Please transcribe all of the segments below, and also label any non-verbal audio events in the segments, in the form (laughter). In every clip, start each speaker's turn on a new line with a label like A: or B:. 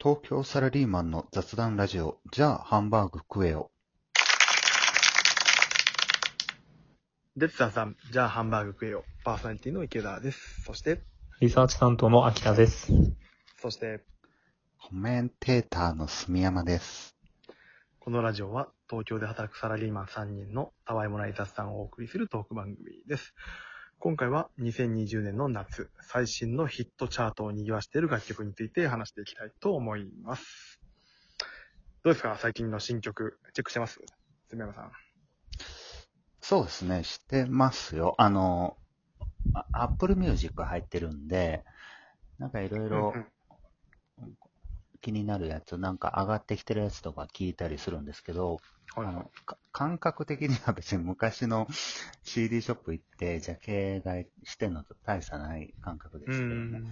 A: 東京サラリーマンの雑談ラジオ、じゃあハンバーグ食えよ。
B: デッサーさん、じゃあハンバーグ食えよ。パーソナリティの池田です。そして、
C: リサーチ担当の秋田です。
B: そして、
A: コメンテーターの住山です。
B: このラジオは東京で働くサラリーマン3人のたわいもない雑談をお送りするトーク番組です。今回は2020年の夏、最新のヒットチャートを賑わしている楽曲について話していきたいと思います。どうですか最近の新曲、チェックしてます住山さん。
A: そうですね、してますよ。あの、あアップルミュージック入ってるんで、なんかいろいろ
B: うんうん
A: 気になるやつ、なんか上がってきてるやつとか聞いたりするんですけど、
B: はい
A: あ
B: はい
A: のか感覚的には別に昔の CD ショップ行って、ジャケ買いしてんのと大差ない感覚です
B: う
A: けどね。
B: ん。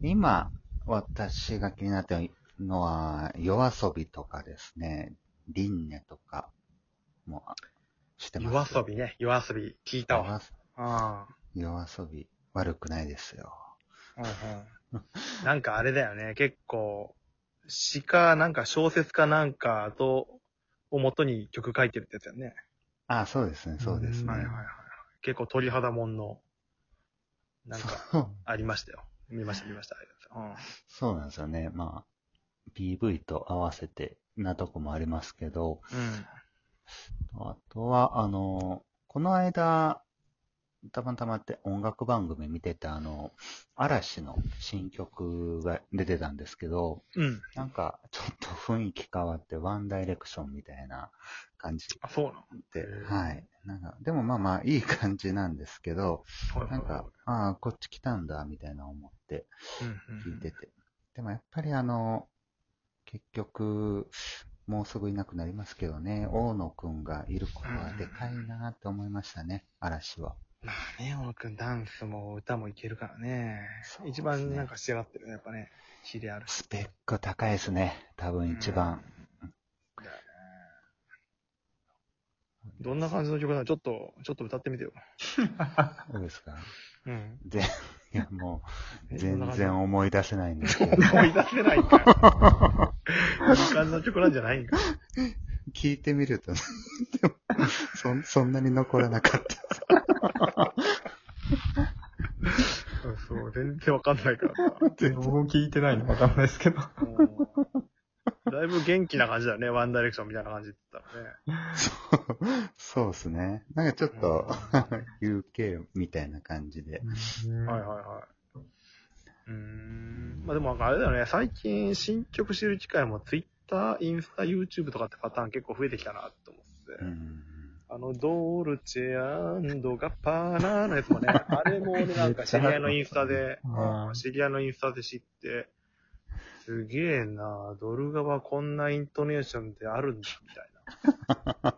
A: 今、私が気になってるのは、夜遊びとかですね、リンネとかもして
B: 夜
A: ます。
B: 遊びね、夜遊び聞いたわ。ああ。
A: び夜遊び、悪くないですよ。
B: なんかあれだよね、結構、詩か、なんか小説かなんかと、を元に曲書いてるってやつやね。
A: あそうですね、そうですね。
B: はいはいはい。結構鳥肌もんの、なんか、
A: そう
B: ありましたよ。見ました見ました。ありがと
A: そうなんですよね。まあ、PV と合わせてなとこもありますけど、
B: うございます
A: あとは、あの、この間、たまたまって音楽番組見てた、あの、嵐の新曲が出てたんですけど、
B: うん。うん。
A: なんか、ちょっと雰囲気変わって、ワンダイレクションみたいな感じ
B: あ、そうなの
A: で
B: へ、ー
A: はい。なんか、でもまあまあ、いい感じなんですけど、
B: はいは
A: ないんか、ああ、こっち来たんだ、みたいな思って
B: うん
A: 聞いてて。でもやっぱりあの、結局、もうすぐいなくなりますけどね、大野くんがいることはでかいなって思いましたね、嵐は。
B: まあね、小野くん、ダンスも歌もいけるからね。
A: そうです
B: 一
A: ね
B: 番なんか仕上がってるね、やっぱね。ヒレあるし。
A: スペック高いですね、多分一番。
B: うん。だよねどんな感じの曲なのちょっと、ちょっと歌ってみてよ。
A: どうですか
B: うん。
A: で、いやもう、
B: え
A: 全然思い出せないんですけど。
B: 思い出せないんかい。時間の曲なんじゃないんかい。
A: 聞いてみると、 (laughs) でもそ、そんなに残らなかった。
B: そう、全然わかんないからさ。
C: 僕も聞いてないのわかんないですけど。
B: うんだいぶ元気な感じだよね、ワンダイレクションみたいな感じって言ったらね。
A: そう、そうですね。なんかちょっと、UK みたいな感じで。
B: はいはいはい。うーん。まあでもなんかあれだよね、最近新曲知る機会も Twitter、インスタ、YouTube とかってパターン結構増えてきたなと思っ
A: う
B: て。
A: ん。
B: あの、ドルチェガッパーナのやつもね、あれもね、なんか知り合いのインスタで、
C: うん
B: うん知り合いのインスタで知って、すげえなドルガはこんなイントネーションであるんだ、みたいな。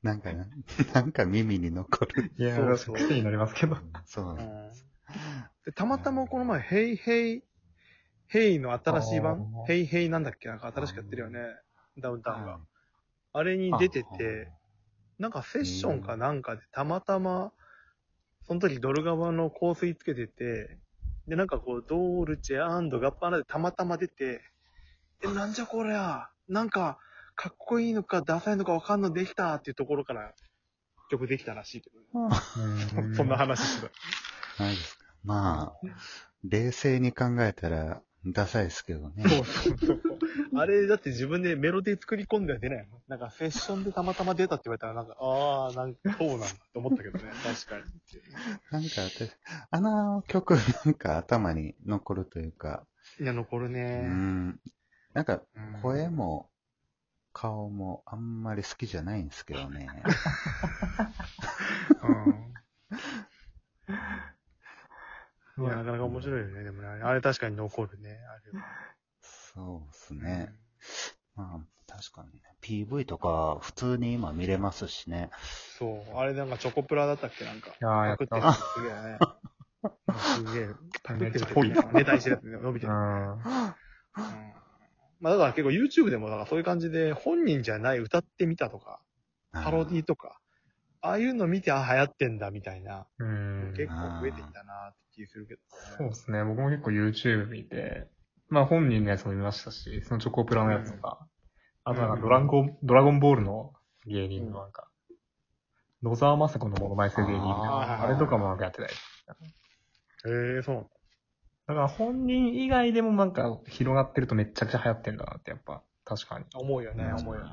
A: なんかな、なんか耳に残る。
C: いや
B: そう
C: ー、
B: そう
C: 癖になりますけど。
A: そう。
B: でたまたまこの前、ヘイヘイ、ヘイの新しい版
C: あー
B: ヘイヘイなんだっけなんか新しくやってるよね。ダウンタウンが。あれに出てて、なんかセッションかなんかでたまたま、その時ドル側の香水つけてて、で、なんかこう、ドルチェガッパーナでたまたま出て、え、なんじゃこりゃなんか、かっこいいのかダサいのかわかんのできたっていうところから曲できたらしいけど、そんな話してた。
A: ないですか。まあ、冷静に考えたら、ダサいですけどね。
B: (laughs) そうそうそう。あれ、だって自分でメロディー作り込んでは出ないもん。なんか、セッションでたまたま出たって言われたら、なんか、ああ、なんか、そうなんだって思ったけど (laughs) ね。確かに。
A: なんか私、あの曲、なんか頭に残るというか、
B: いや、残る
A: う
B: ね。
A: ん。なんか、
B: うん
A: 声も顔もあんまり好きじゃないんですけど
B: (laughs)
A: ね。
B: うん。いや、なかなか面白いよね。でもね、あれ確かに残るね。あれは。
A: そうですね。まあ、確かにね。PV とか普通に今見れますしね。
B: そう。あれなんかチョコプラだったっけなんか。
C: やーや
B: パ
C: っ
B: クって
C: た
B: るやつすげえね。すげえ。パクってる
C: (laughs) めっちゃぽい
B: ネタにしてるやつね伸びてる。
C: う
B: うんまあだから結構 YouTube でもなんかそういう感じで本人じゃない歌ってみたとか、パロディとか、ああいうの見てあ流行ってんだみたいな、
C: ん。うん
B: 結構増えてきたなって気するけど
C: そうですね。僕も結構 YouTube 見て、まあ本人のやつも見ましたし、そのチョコプラのやつとか、
B: ん
C: あとなん
B: うん
C: かドラゴン、ドラゴンボールの芸人のなんか、野沢雅子のモノマネする芸人みたい
A: あ
C: な、
B: ー
C: あれとかもなんかやってない。
B: へえ、そう。
C: だから本人以外でもなんか広がってるとめっちゃくちゃ流行ってんだなってやっぱ、確かに。
B: 思うよね、
A: うん
B: 思うよね。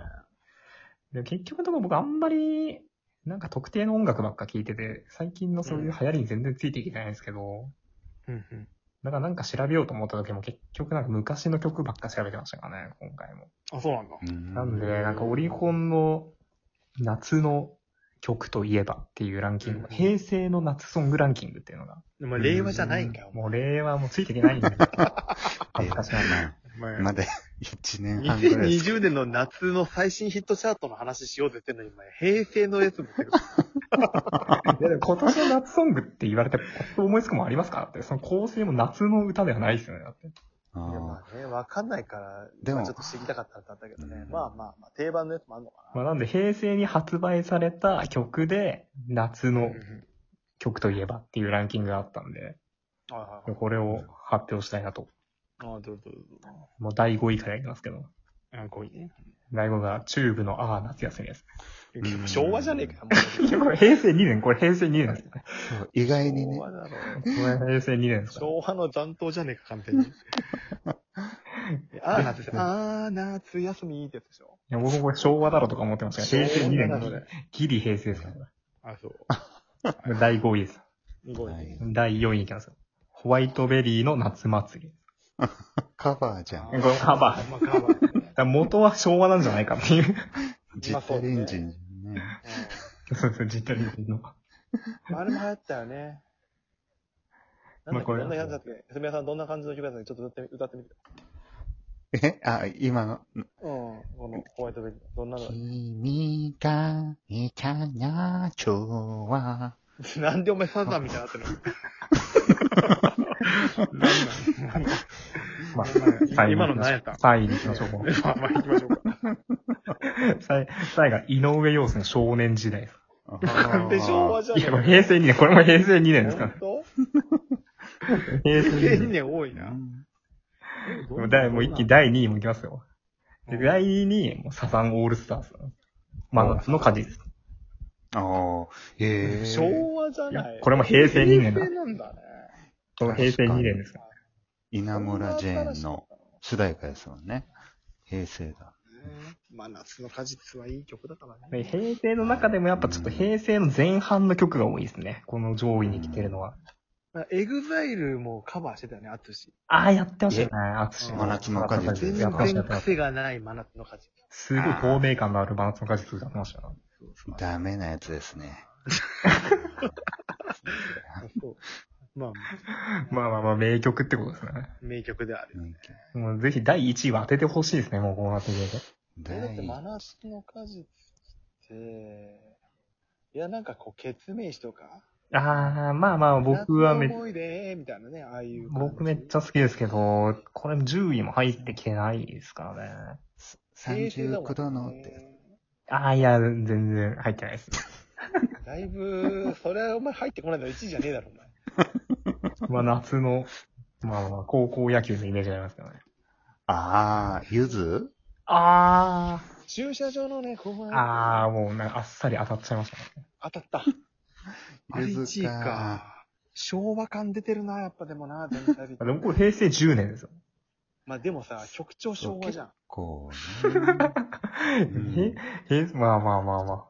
C: で結局のところ僕あんまり、なんか特定の音楽ばっか聞いてて、最近のそういう流行りに全然ついていけてないんですけど、
B: うんうん。
C: だからなんか調べようと思った時も結局なんか昔の曲ばっか調べてましたからね、今回も。
B: あ、そうなんだ。
A: うん
C: なんで、なんかオリコンの夏の曲といえばっていうランキング、
B: うん
C: 平成の夏ソングランキングっていうのが、
B: でも令和じゃないんかよ、お前
C: もう令和もうついていけないんで、
B: (laughs)
C: 恥ずかしながら
B: お前
A: まだ1年半ぐらい。
B: 2020年の夏の最新ヒットチャートの話しようぜってんのに、お前平成のやつ持ってくる。
C: いやでも今年の夏ソングって言われて、パッと思いつくもんありますかって、その構成も夏の歌ではないですよね、だって。
A: (laughs) あ
B: いや
A: ー
B: まあね、わかんないから、
A: でも
B: まあちょっと知りたかったんだったけどね
A: う。ん
B: まあまあまあ、定番のやつもあるのか
C: まあなんで平成に発売された曲で、夏
B: な。
C: の曲といえばっていうランキングがあったんで、
B: はいはいはい。
C: これを発表したいなと。
B: ああ、どうぞどうぞ。
C: もう第5位からいきますけど。
B: うん、こういいね。
C: 第5位がチューブのああ夏休みです。
A: うん
B: 昭和じゃねえかよ、
C: いや、これ平成2年、これ平成2年ですね。
A: そう意外に
B: もう。
A: ね (laughs)
B: 昭、和だろ。
C: これ平成2年ですから。
B: 昭和の残党じゃねえか、完
A: (laughs)
B: 全に。ああ、夏休み。ああ、夏休みってやつでしょ。
C: いや、僕もこれ昭和だろとか思ってましたけど、平成2
B: 昭和な
C: 年ギ
B: の
C: リ
B: ね
C: ギリ平成ですからこ
B: あ、そう。
C: れ。第5位です。
B: すごい
A: はい
B: ね。
C: 第4位いきますよ。ホワイトベリーの夏祭り。
A: カバーじゃん。
C: これカバー。
B: ま
A: (laughs)
B: あ、カバー。
C: だから元は昭和なんじゃないかっ
B: (laughs)
C: ていう。
A: 実体エンジンね。
C: そうそう、実体の。
B: うんあれも流行ったよね。なん
C: (laughs)
B: だ
C: ま
B: っ
C: あ
B: け、
C: これ
B: どんな感じだっけすみやさん、どんな感じの曲だったっけちょっと歌ってみ歌ってみて。
A: えあ、今の、
B: うん。このホワイトベリー。どんなの
A: 君がいたな、今日は。
B: (laughs) なんでお前サザンみたいになってる
C: まあ
B: の今の何やったん
C: 3位に行き (laughs) ましょう。3
B: まあまあ行きましょうか。
C: 位3位が井上陽水の少年時代です。
B: なんで昭和じゃ
C: い
B: ね
C: や、これ平成2年、これも平成2
B: え
C: 年ですか
B: から本。当
C: 平成2
B: ?2000
C: 年。
B: 年多いな。
C: でも第もう一気に第2位もいきますよ。で、
B: うん
C: 第2位、もうサザンオールスターズ。真夏の果実。
A: ああ、ええ。
B: 昭和じゃ
C: いや
B: ない。
C: これも平成2年だ
B: 平成。なんだね。
C: この平成2年ですから。
A: 稲村ジェーンの主題歌ですもんね。平成だ。
B: ね。まあ、夏の果実はいい曲だからね。
C: で平成の中でもやっぱちょっと平成の前半の曲が多いですね。この上位に来てるのは。
B: まあエグザイルもカバーしてたよね、あとし。
C: ああ、やってましたよね。あつし。
B: 真
A: 夏の果実
B: 全
C: やってました
B: 然
C: やってました
B: 癖がない真夏の果実。
C: すごい透明感のある真夏の果実歌ってましたよ。
A: ダメなやつですね。
B: あそうまあ、
C: (laughs) まあまあまあ、名曲ってことですね。
B: 名曲であ
A: (laughs)
B: る。
C: もうぜひ第1位は当ててほしいですね、もうこうなってくると。
B: えだっ
A: 第
B: て
A: 一
B: 真夏の果実って、いや、なんかこう、ケツメイシとか。
C: ああ、まあまあ、僕はめ
B: 夏の思い出、みたいなね、ああいう感じ。
C: 僕めっちゃ好きですけど、これ10位も入ってきてないですからね。
A: 39度のって。
B: て。
C: ああ、いや、全然入ってないです。
B: だいぶ、それはお前入ってこないの1位じゃねえだろ、お前。
C: まあ夏の、まあまあ、高校野球のイメージがありますけどね。
A: ああ、ゆず
C: あ
B: 駐車場のね、ここ
C: あ、ああ、もうなんかあっさり当たっちゃいましたね。
B: 当たった。あれ
A: ゆ
B: 1
A: ず
B: 位か。昭和感出てるな、やっぱでもな、全
C: (laughs)
B: 体的
C: でも
B: に。
C: これ平成10年ですよ。
B: まあでもさ、曲調昭和じゃん。
A: こうね。 (laughs) ん
C: へへまあまあまあま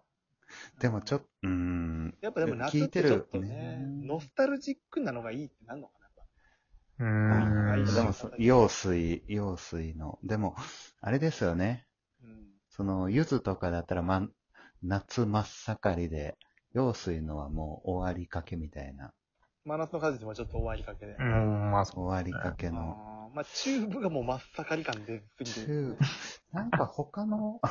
A: でもちょっと、うーん。
B: やっぱでも夏
A: 聞
B: っ
A: いて
B: てちょ
A: る
B: っとね、ノスタルジックなのがいいってなんのかなやっぱ
C: あ。う
A: う
C: ー
A: ん
C: ん。
A: でもそ、用水、用水の。でも、あれですよね。
B: うん。
A: その、ゆずとかだったら、ま、夏真っ盛りで、用水のはもう終わりかけみたいな。
B: 真夏の果実もちょっと終わりかけで。
C: う
B: あ
C: ん、まあそう。
A: 終わりかけの。
B: あーまあ、チューブがもう真っ盛り感出すぎてる。
A: 中、なんか他の、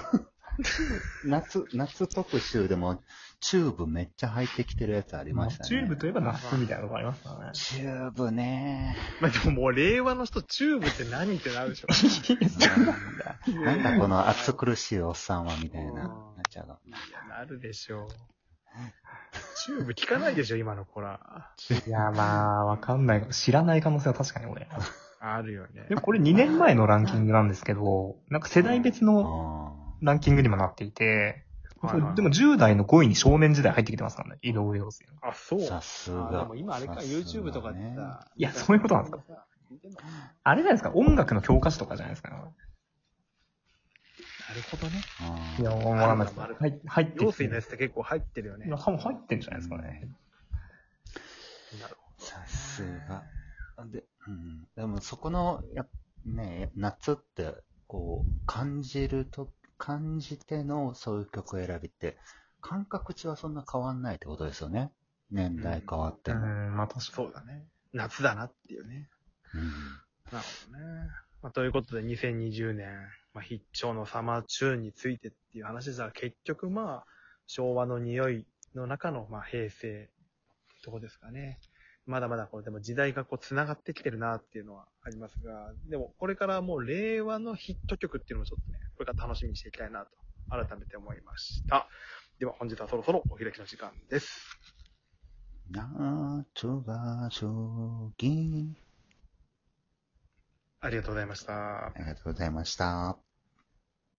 A: 夏、夏特集でも、チューブめっちゃ入ってきてるやつありましたね。
C: チューブといえば夏みたいなのがありますからね。
A: チューブね。
B: (laughs) まあ、でももう令和の人、チューブって何ってなるでしょ。
C: (laughs)
A: なんだこの暑苦しいおっさんはみたいな、なっちゃうの。
B: いやなるでしょう。チューブ聞かないでしょ、今の子ら。
C: いや、まあ、わかんない。知らない可能性は確かに俺。
B: あるよね
C: で。もこれ2年前のランキングなんですけど、なんか世代別の
A: あ
C: ランキングにもなっていて、
B: はいはい
C: でも10代の5位に少年時代入ってきてますからね、井上陽水の。
B: あ、そう
A: ー。さす
D: あーで
A: が
D: も。今あれか、
A: さすが
D: YouTube とかで
A: ね
D: さ。
C: いやそういうことなんです
D: か
C: あれじゃないですか、音楽の教科書とかじゃないですか。
B: なるほどね。
A: あー
C: いや、わかんないです。
B: ある
C: はい入って
B: 陽
C: きて
B: 水のや
C: る。
B: つって結構入ってるよね。
C: いや、
B: なる
C: 多分入ってんじゃないですかね。
A: さすが。で、うん。でもそこの、やっね、夏って、こう、感じると、感じてのそういう曲選びって、感覚値はそんな変わんないってことですよね。年代変わって
C: う
A: も。
C: ん、まあ確か
B: そうだね。夏だなっていうね。
A: うん
B: なるほどね。まあ、ということで、2020年、まあ、必聴のサマーチューンについてっていう話でしたら、結局まあ、昭和の匂いの中の、まあ、平成とこですかね。まだまだこれ、でも時代がこう、繋がってきてるなっていうのはありますが、でも、これからもう、令和のヒット曲っていうのもちょっとね、これから楽しみにしていきたいなと、改めて思いました。では、本日はそろそろお開きの時間です。
A: 夏が将棋。
B: ありがとうございました
A: あ。りがとうございました。